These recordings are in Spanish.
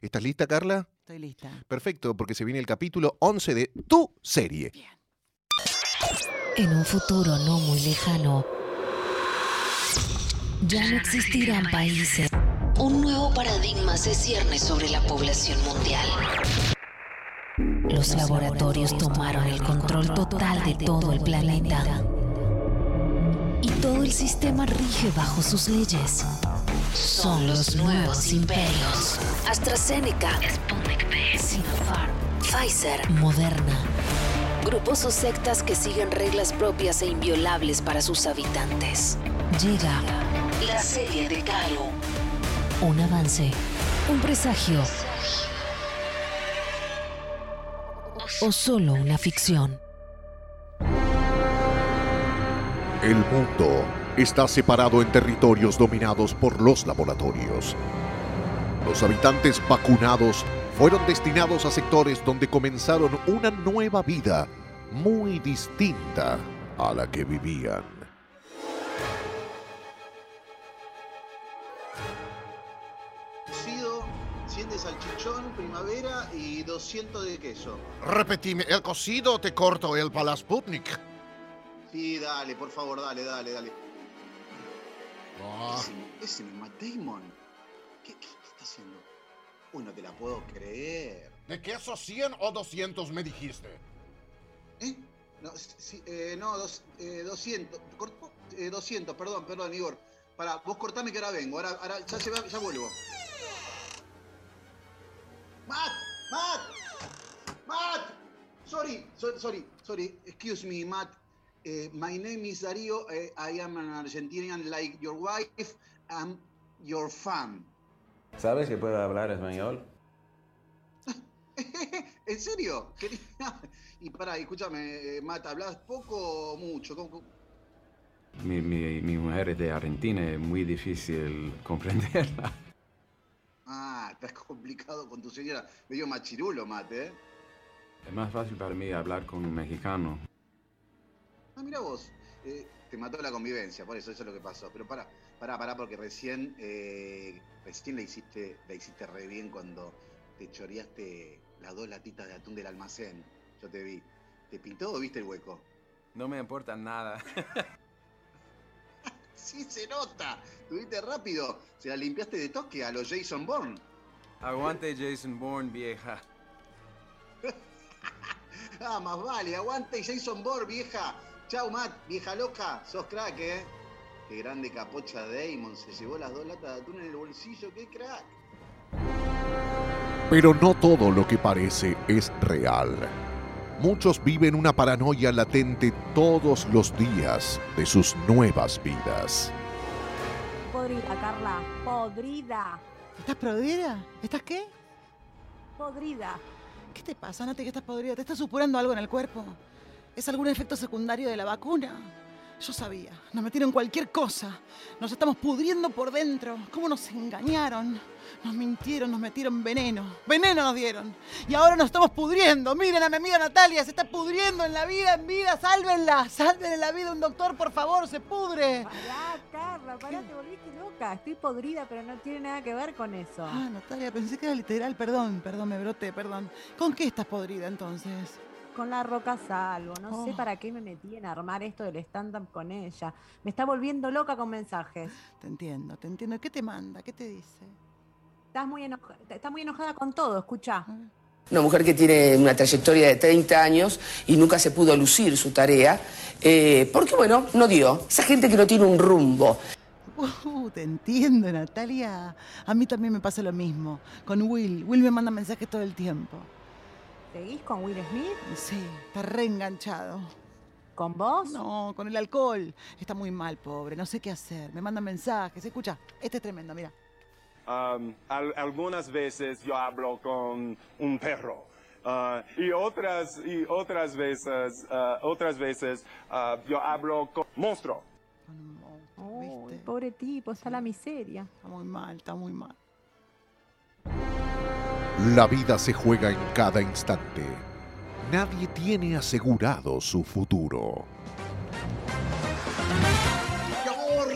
¿Estás lista, Carla? Estoy lista. Perfecto, porque se viene el capítulo 11 de tu serie. En un futuro no muy lejano, ya no existirán países. Un nuevo paradigma se cierne sobre la población mundial. Los laboratorios tomaron el control total de todo el planeta. Y todo el sistema rige bajo sus leyes. Son los nuevos imperios. AstraZeneca, Sputnik V, Sinopharm, Pfizer, Moderna. grupos o sectas que siguen reglas propias e inviolables para sus habitantes. Llega La serie de Caro. un avance, un presagio o solo una ficción. El mundo está separado en territorios dominados por los laboratorios. Los habitantes vacunados fueron destinados a sectores donde comenzaron una nueva vida muy distinta a la que vivían. cocido, 100 de salchichón, primavera y 200 de queso. Repetime, ¿el cocido o te corto el palasputnik? Sí, dale, por favor, dale, dale, dale. Ah, Ah. Ese, ese no es Matt Damon. ¿Qué, qué- qué está haciendo? Uy, no te la puedo creer. ¿De queso 100 o 200 me dijiste? ¿Eh? No, sí, eh, no dos- eh, 200. Cortó, eh, 200, perdón, perdón, Igor. Pará, vos cortame que ahora vengo. Ahora, ahora ya, se va- ya vuelvo. ¡Matt! ¡Matt! ¡Matt! Sorry, so- sorry, sorry. Excuse me, Matt. Eh, my name is Darío. Eh, I am an Argentinian like your wife. I'm your fan. ¿Sabes que puedo hablar español? ¿En serio? Quería- y pará, escúchame, eh, Matt, ¿hablas poco o mucho? ¿Cómo- cómo- Mi, mi- mi mujer es de Argentina, es muy difícil comprenderla. Ah, estás complicado con tu señora. Medio machirulo, mate, ¿eh? Es más fácil para mí hablar con un mexicano. Ah, mira vos. Eh, te mató la convivencia, por eso, eso es lo que pasó. Pero pará, pará, pará, porque recién, eh, recién la hiciste, la hiciste re bien cuando te choreaste las dos latitas de atún del almacén. Yo te vi. ¿Te pintó o viste el hueco? No me importa nada. ¡Sí se nota! Tuviste rápido. Se la limpiaste de toque a los Jason Bourne. Aguante Jason Bourne, vieja. Ah, más vale, aguante Jason Bourne, vieja. Chau, Matt, vieja loca, sos crack, eh. Qué grande capocha Damon, se llevó las dos latas de atún en el bolsillo, qué crack. Pero no todo lo que parece es real. Muchos viven una paranoia latente todos los días de sus nuevas vidas. Podrida, Carla. Podrida. ¿Estás podrida? ¿Estás qué? Podrida. ¿Qué te pasa? Nati, que estás podrida. ¿Te está supurando algo en el cuerpo? ¿Es algún efecto secundario de la vacuna? Yo sabía. Nos metieron cualquier cosa. Nos estamos pudriendo por dentro. ¿Cómo nos engañaron? Nos mintieron, nos metieron veneno. Veneno nos dieron. Y ahora nos estamos pudriendo. Miren a mi amiga Natalia, se está pudriendo en la vida, en vida. Sálvenla. Salven en la vida un doctor, por favor. Se pudre. Pará, Carla, pará, te volviste loca. Estoy podrida, pero no tiene nada que ver con eso. Ah, Natalia, pensé que era literal. Perdón, perdón, me broté, perdón. ¿Con qué estás podrida entonces? Con la roca salvo. No sé Oh. para qué me metí en armar esto del stand-up con ella. Me está volviendo loca con mensajes. Te entiendo, te entiendo. ¿Qué te manda? ¿Qué te dice? Estás muy, enoja- estás muy enojada con todo, escucha. A ver. Una mujer que tiene una trayectoria de 30 años y nunca se pudo lucir su tarea, eh, porque bueno, no dio. Esa gente que no tiene un rumbo. Uh, te entiendo, Natalia. A mí también me pasa lo mismo. Con Will. Will me manda mensajes todo el tiempo. ¿Seguís con Will Smith? Sí, está reenganchado. ¿Con vos? No, con el alcohol. Está muy mal, pobre. No sé qué hacer. Me manda mensajes. Escucha, este es tremendo, mira. Um, al- algunas veces yo hablo con un perro. Ah, y otras y otras veces ah, otras veces ah, yo hablo con monstruo Con un monstruo, Uy, ¿viste? pobre tipo, está la miseria. Está muy mal, está muy mal. La vida se juega en cada instante. Nadie tiene asegurado su futuro. ¡Qué horror!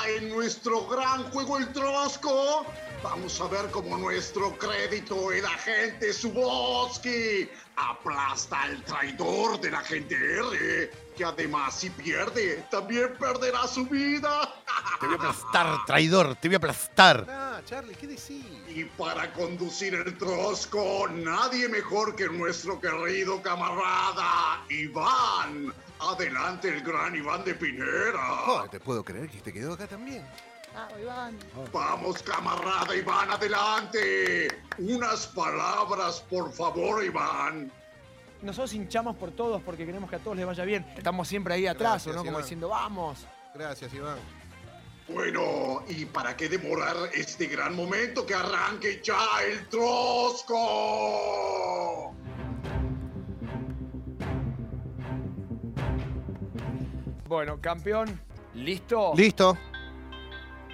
¡Ay, en nuestro gran juego el trosco, vamos a ver cómo nuestro crédito, el agente Subotsky, aplasta al traidor del agente R, que además si pierde, también perderá su vida. Te voy a aplastar, traidor, te voy a aplastar. Ah, Charlie, ¿qué decís? Y para conducir el trosco, nadie mejor que nuestro querido camarada Iván. Adelante el gran Iván de Pinera. Joder, te puedo creer que te quedó acá también. Ah, Iván. Vamos, camarada Iván, adelante. Unas palabras, por favor, Iván. Nosotros hinchamos por todos porque queremos que a todos les vaya bien. Estamos siempre ahí atrás, Gracias, ¿o ¿no? Como Iván. diciendo, vamos. Gracias, Iván. Bueno, ¿y para qué demorar este gran momento que arranque ya el trosco? Bueno, campeón, ¿listo? Listo.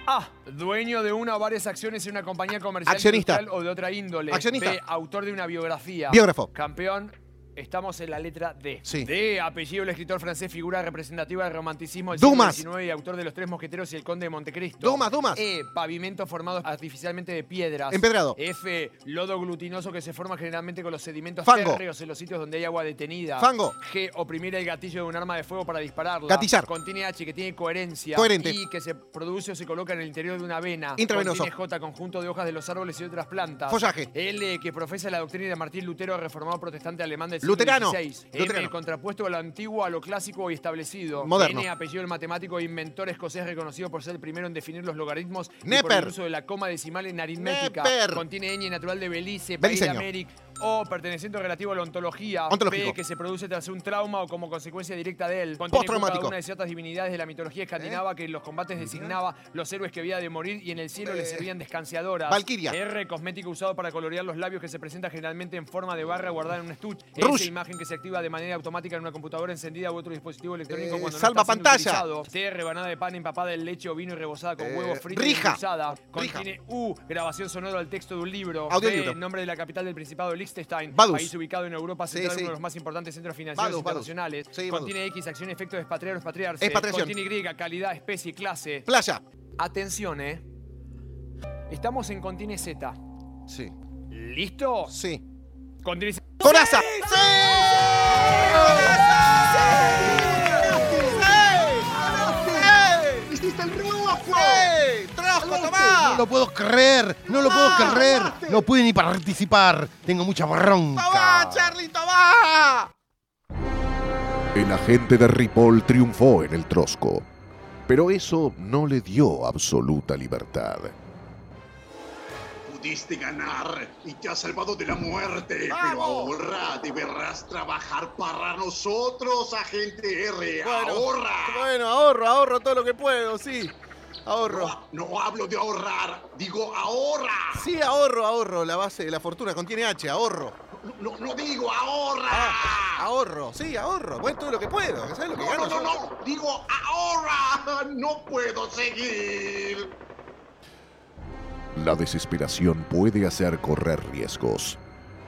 A. Dueño de una o varias acciones en una compañía comercial. Accionista. industrial O de otra índole. Accionista. B. Autor de una biografía. Biógrafo. Campeón. Estamos en la letra D. Sí. D. Apellido del escritor francés, figura representativa del romanticismo del Dumas. siglo XIX y autor de Los Tres Mosqueteros y El Conde de Montecristo. Dumas, Dumas. E. Pavimento formado artificialmente de piedras. Eh, Empedrado. F. Lodo glutinoso que se forma generalmente con los sedimentos Fango. férreos en los sitios donde hay agua detenida. Fango. G. Oprimir el gatillo de un arma de fuego para dispararla. Gatillar. Contiene H, que tiene coherencia. Coherente. Y que se produce o se coloca en el interior de una vena. Intravenoso. Contiene J, conjunto de hojas de los árboles y otras plantas. Follaje. L, que profesa la doctrina de Martín Lutero, reformado protestante alemán del siglo Luterano. XVI. Luterano. M, contrapuesto a lo antiguo, a lo clásico y establecido. Moderno. N, apellido del matemático e inventor escocés reconocido por ser el primero en definir los logaritmos y por Neper. el uso de la coma decimal en aritmética. Neper. Contiene ñ natural de Belice, país de Beliceño. América. O perteneciente o relativo a la ontología. Ontológico. B, que se produce tras un trauma o como consecuencia directa de él. Contiene Postraumático. cada una de ciertas divinidades de la mitología escandinava que en los combates designaba los héroes que había de morir y en el cielo les servían de escanciadoras. Valquiria. R, cosmético usado para colorear los labios que se presenta generalmente en forma de barra guardada en un estuche. Rouge. S, imagen que se activa de manera automática en una computadora encendida u otro dispositivo electrónico Eh, cuando no salva está siendo pantalla. utilizado. T, rebanada de pan empapada en leche o vino y rebozada con Eh, huevo frito y rija. endulzada. Contiene U, grabación sonora al texto de un libro. Audiolibro. B, nombre de la capital del Principado de Liechtenstein, Vaduz. país ubicado en Europa Sí, Central, sí. uno de los más importantes centros financieros Vaduz, Vaduz. internacionales. Sí, Vaduz. Contiene X, acción, efecto, de expatriar o expatriarse. Expatriación. Contiene Y, calidad, especie, clase. Playa. Atención, eh. Estamos en Contiene Z. Sí. ¿Listo? Sí. Contiene Z. Coraza. ¡Hiciste el rojo! ¡Trosco, tomá! No lo puedo creer, no lo puedo Ah, Tomá, creer. No pude ni participar. Tengo mucha bronca. Charlito, va! El agente de Ripoll triunfó en el Trosco, pero eso no le dio absoluta libertad. Pudiste ganar y te has salvado de la muerte, pero ahora deberás trabajar para nosotros, agente R. ahorra. Bueno, ahorro, ahorro todo lo que puedo, sí. Ahorro. No hablo de ahorrar, digo ahorra. Sí, ahorro, ahorro. La base de la fortuna contiene H, ahorro. No, no digo ahorra. Ah, Ahorro, sí, ahorro. Bueno, todo lo que puedo. ¿Sabes lo que No, gano? no, no, no, digo ahora. No puedo seguir. La desesperación puede hacer correr riesgos,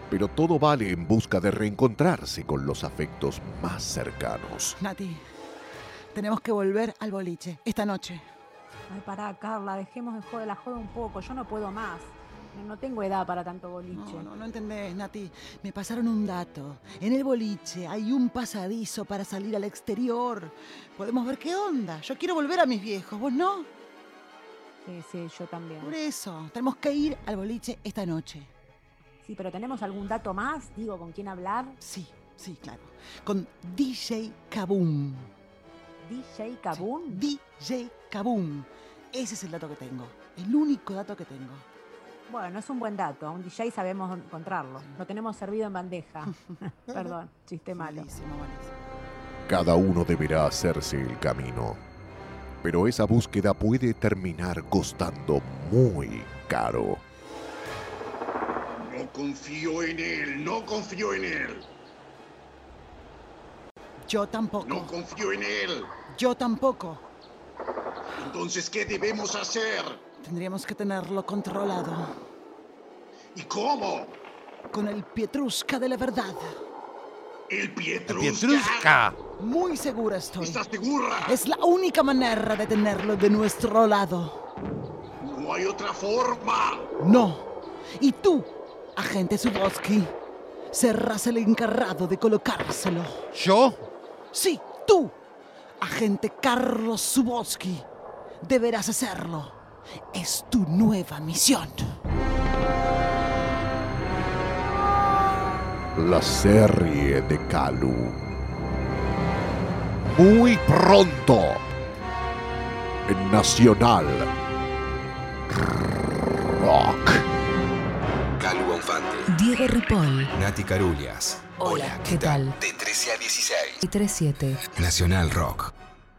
pero todo vale en busca de reencontrarse con los afectos más cercanos. Nati, tenemos que volver al boliche esta noche. Ay, pará, Carla, dejemos de joder la joda un poco. Yo no puedo más. No, no tengo edad para tanto boliche. No, no, no entendés, Nati. Me pasaron un dato. En el boliche hay un pasadizo para salir al exterior. Podemos ver qué onda. Yo quiero volver a mis viejos, ¿vos no? Sí, sí, yo también. Por eso, tenemos que ir al boliche esta noche. Sí, pero ¿tenemos algún dato más? Digo, ¿con quién hablar? Sí, sí, claro. Con DJ Kaboom. ¿DJ Kaboom? DJ Kaboom. Ese es el dato que tengo. El único dato que tengo. Bueno, es un buen dato. A un DJ sabemos dónde encontrarlo. Lo tenemos servido en bandeja. Perdón, chiste malo. Cada uno deberá hacerse el camino, pero esa búsqueda puede terminar costando muy caro. No confío en él, no confío en él, Yo tampoco. no confío en él. Yo tampoco. Entonces, ¿qué debemos hacer? Tendríamos que tenerlo controlado. ¿Y cómo? Con el Pietrusca de la verdad. El Pietruska. Muy segura estoy. ¿Estás segura? Es la única manera de tenerlo de nuestro lado. No hay otra forma. No. Y tú, agente Suboski, serás el encargado de colocárselo. ¿Yo? Sí, tú, agente Carlos Suboski, deberás hacerlo. Es tu nueva misión. La serie de Kalu. Muy pronto. En Nacional Rock. Calu Bonfante, Diego Ripoll. Nati Carulias. Hola, ¿qué tal? De 13 a 16. Y 37. Nacional Rock.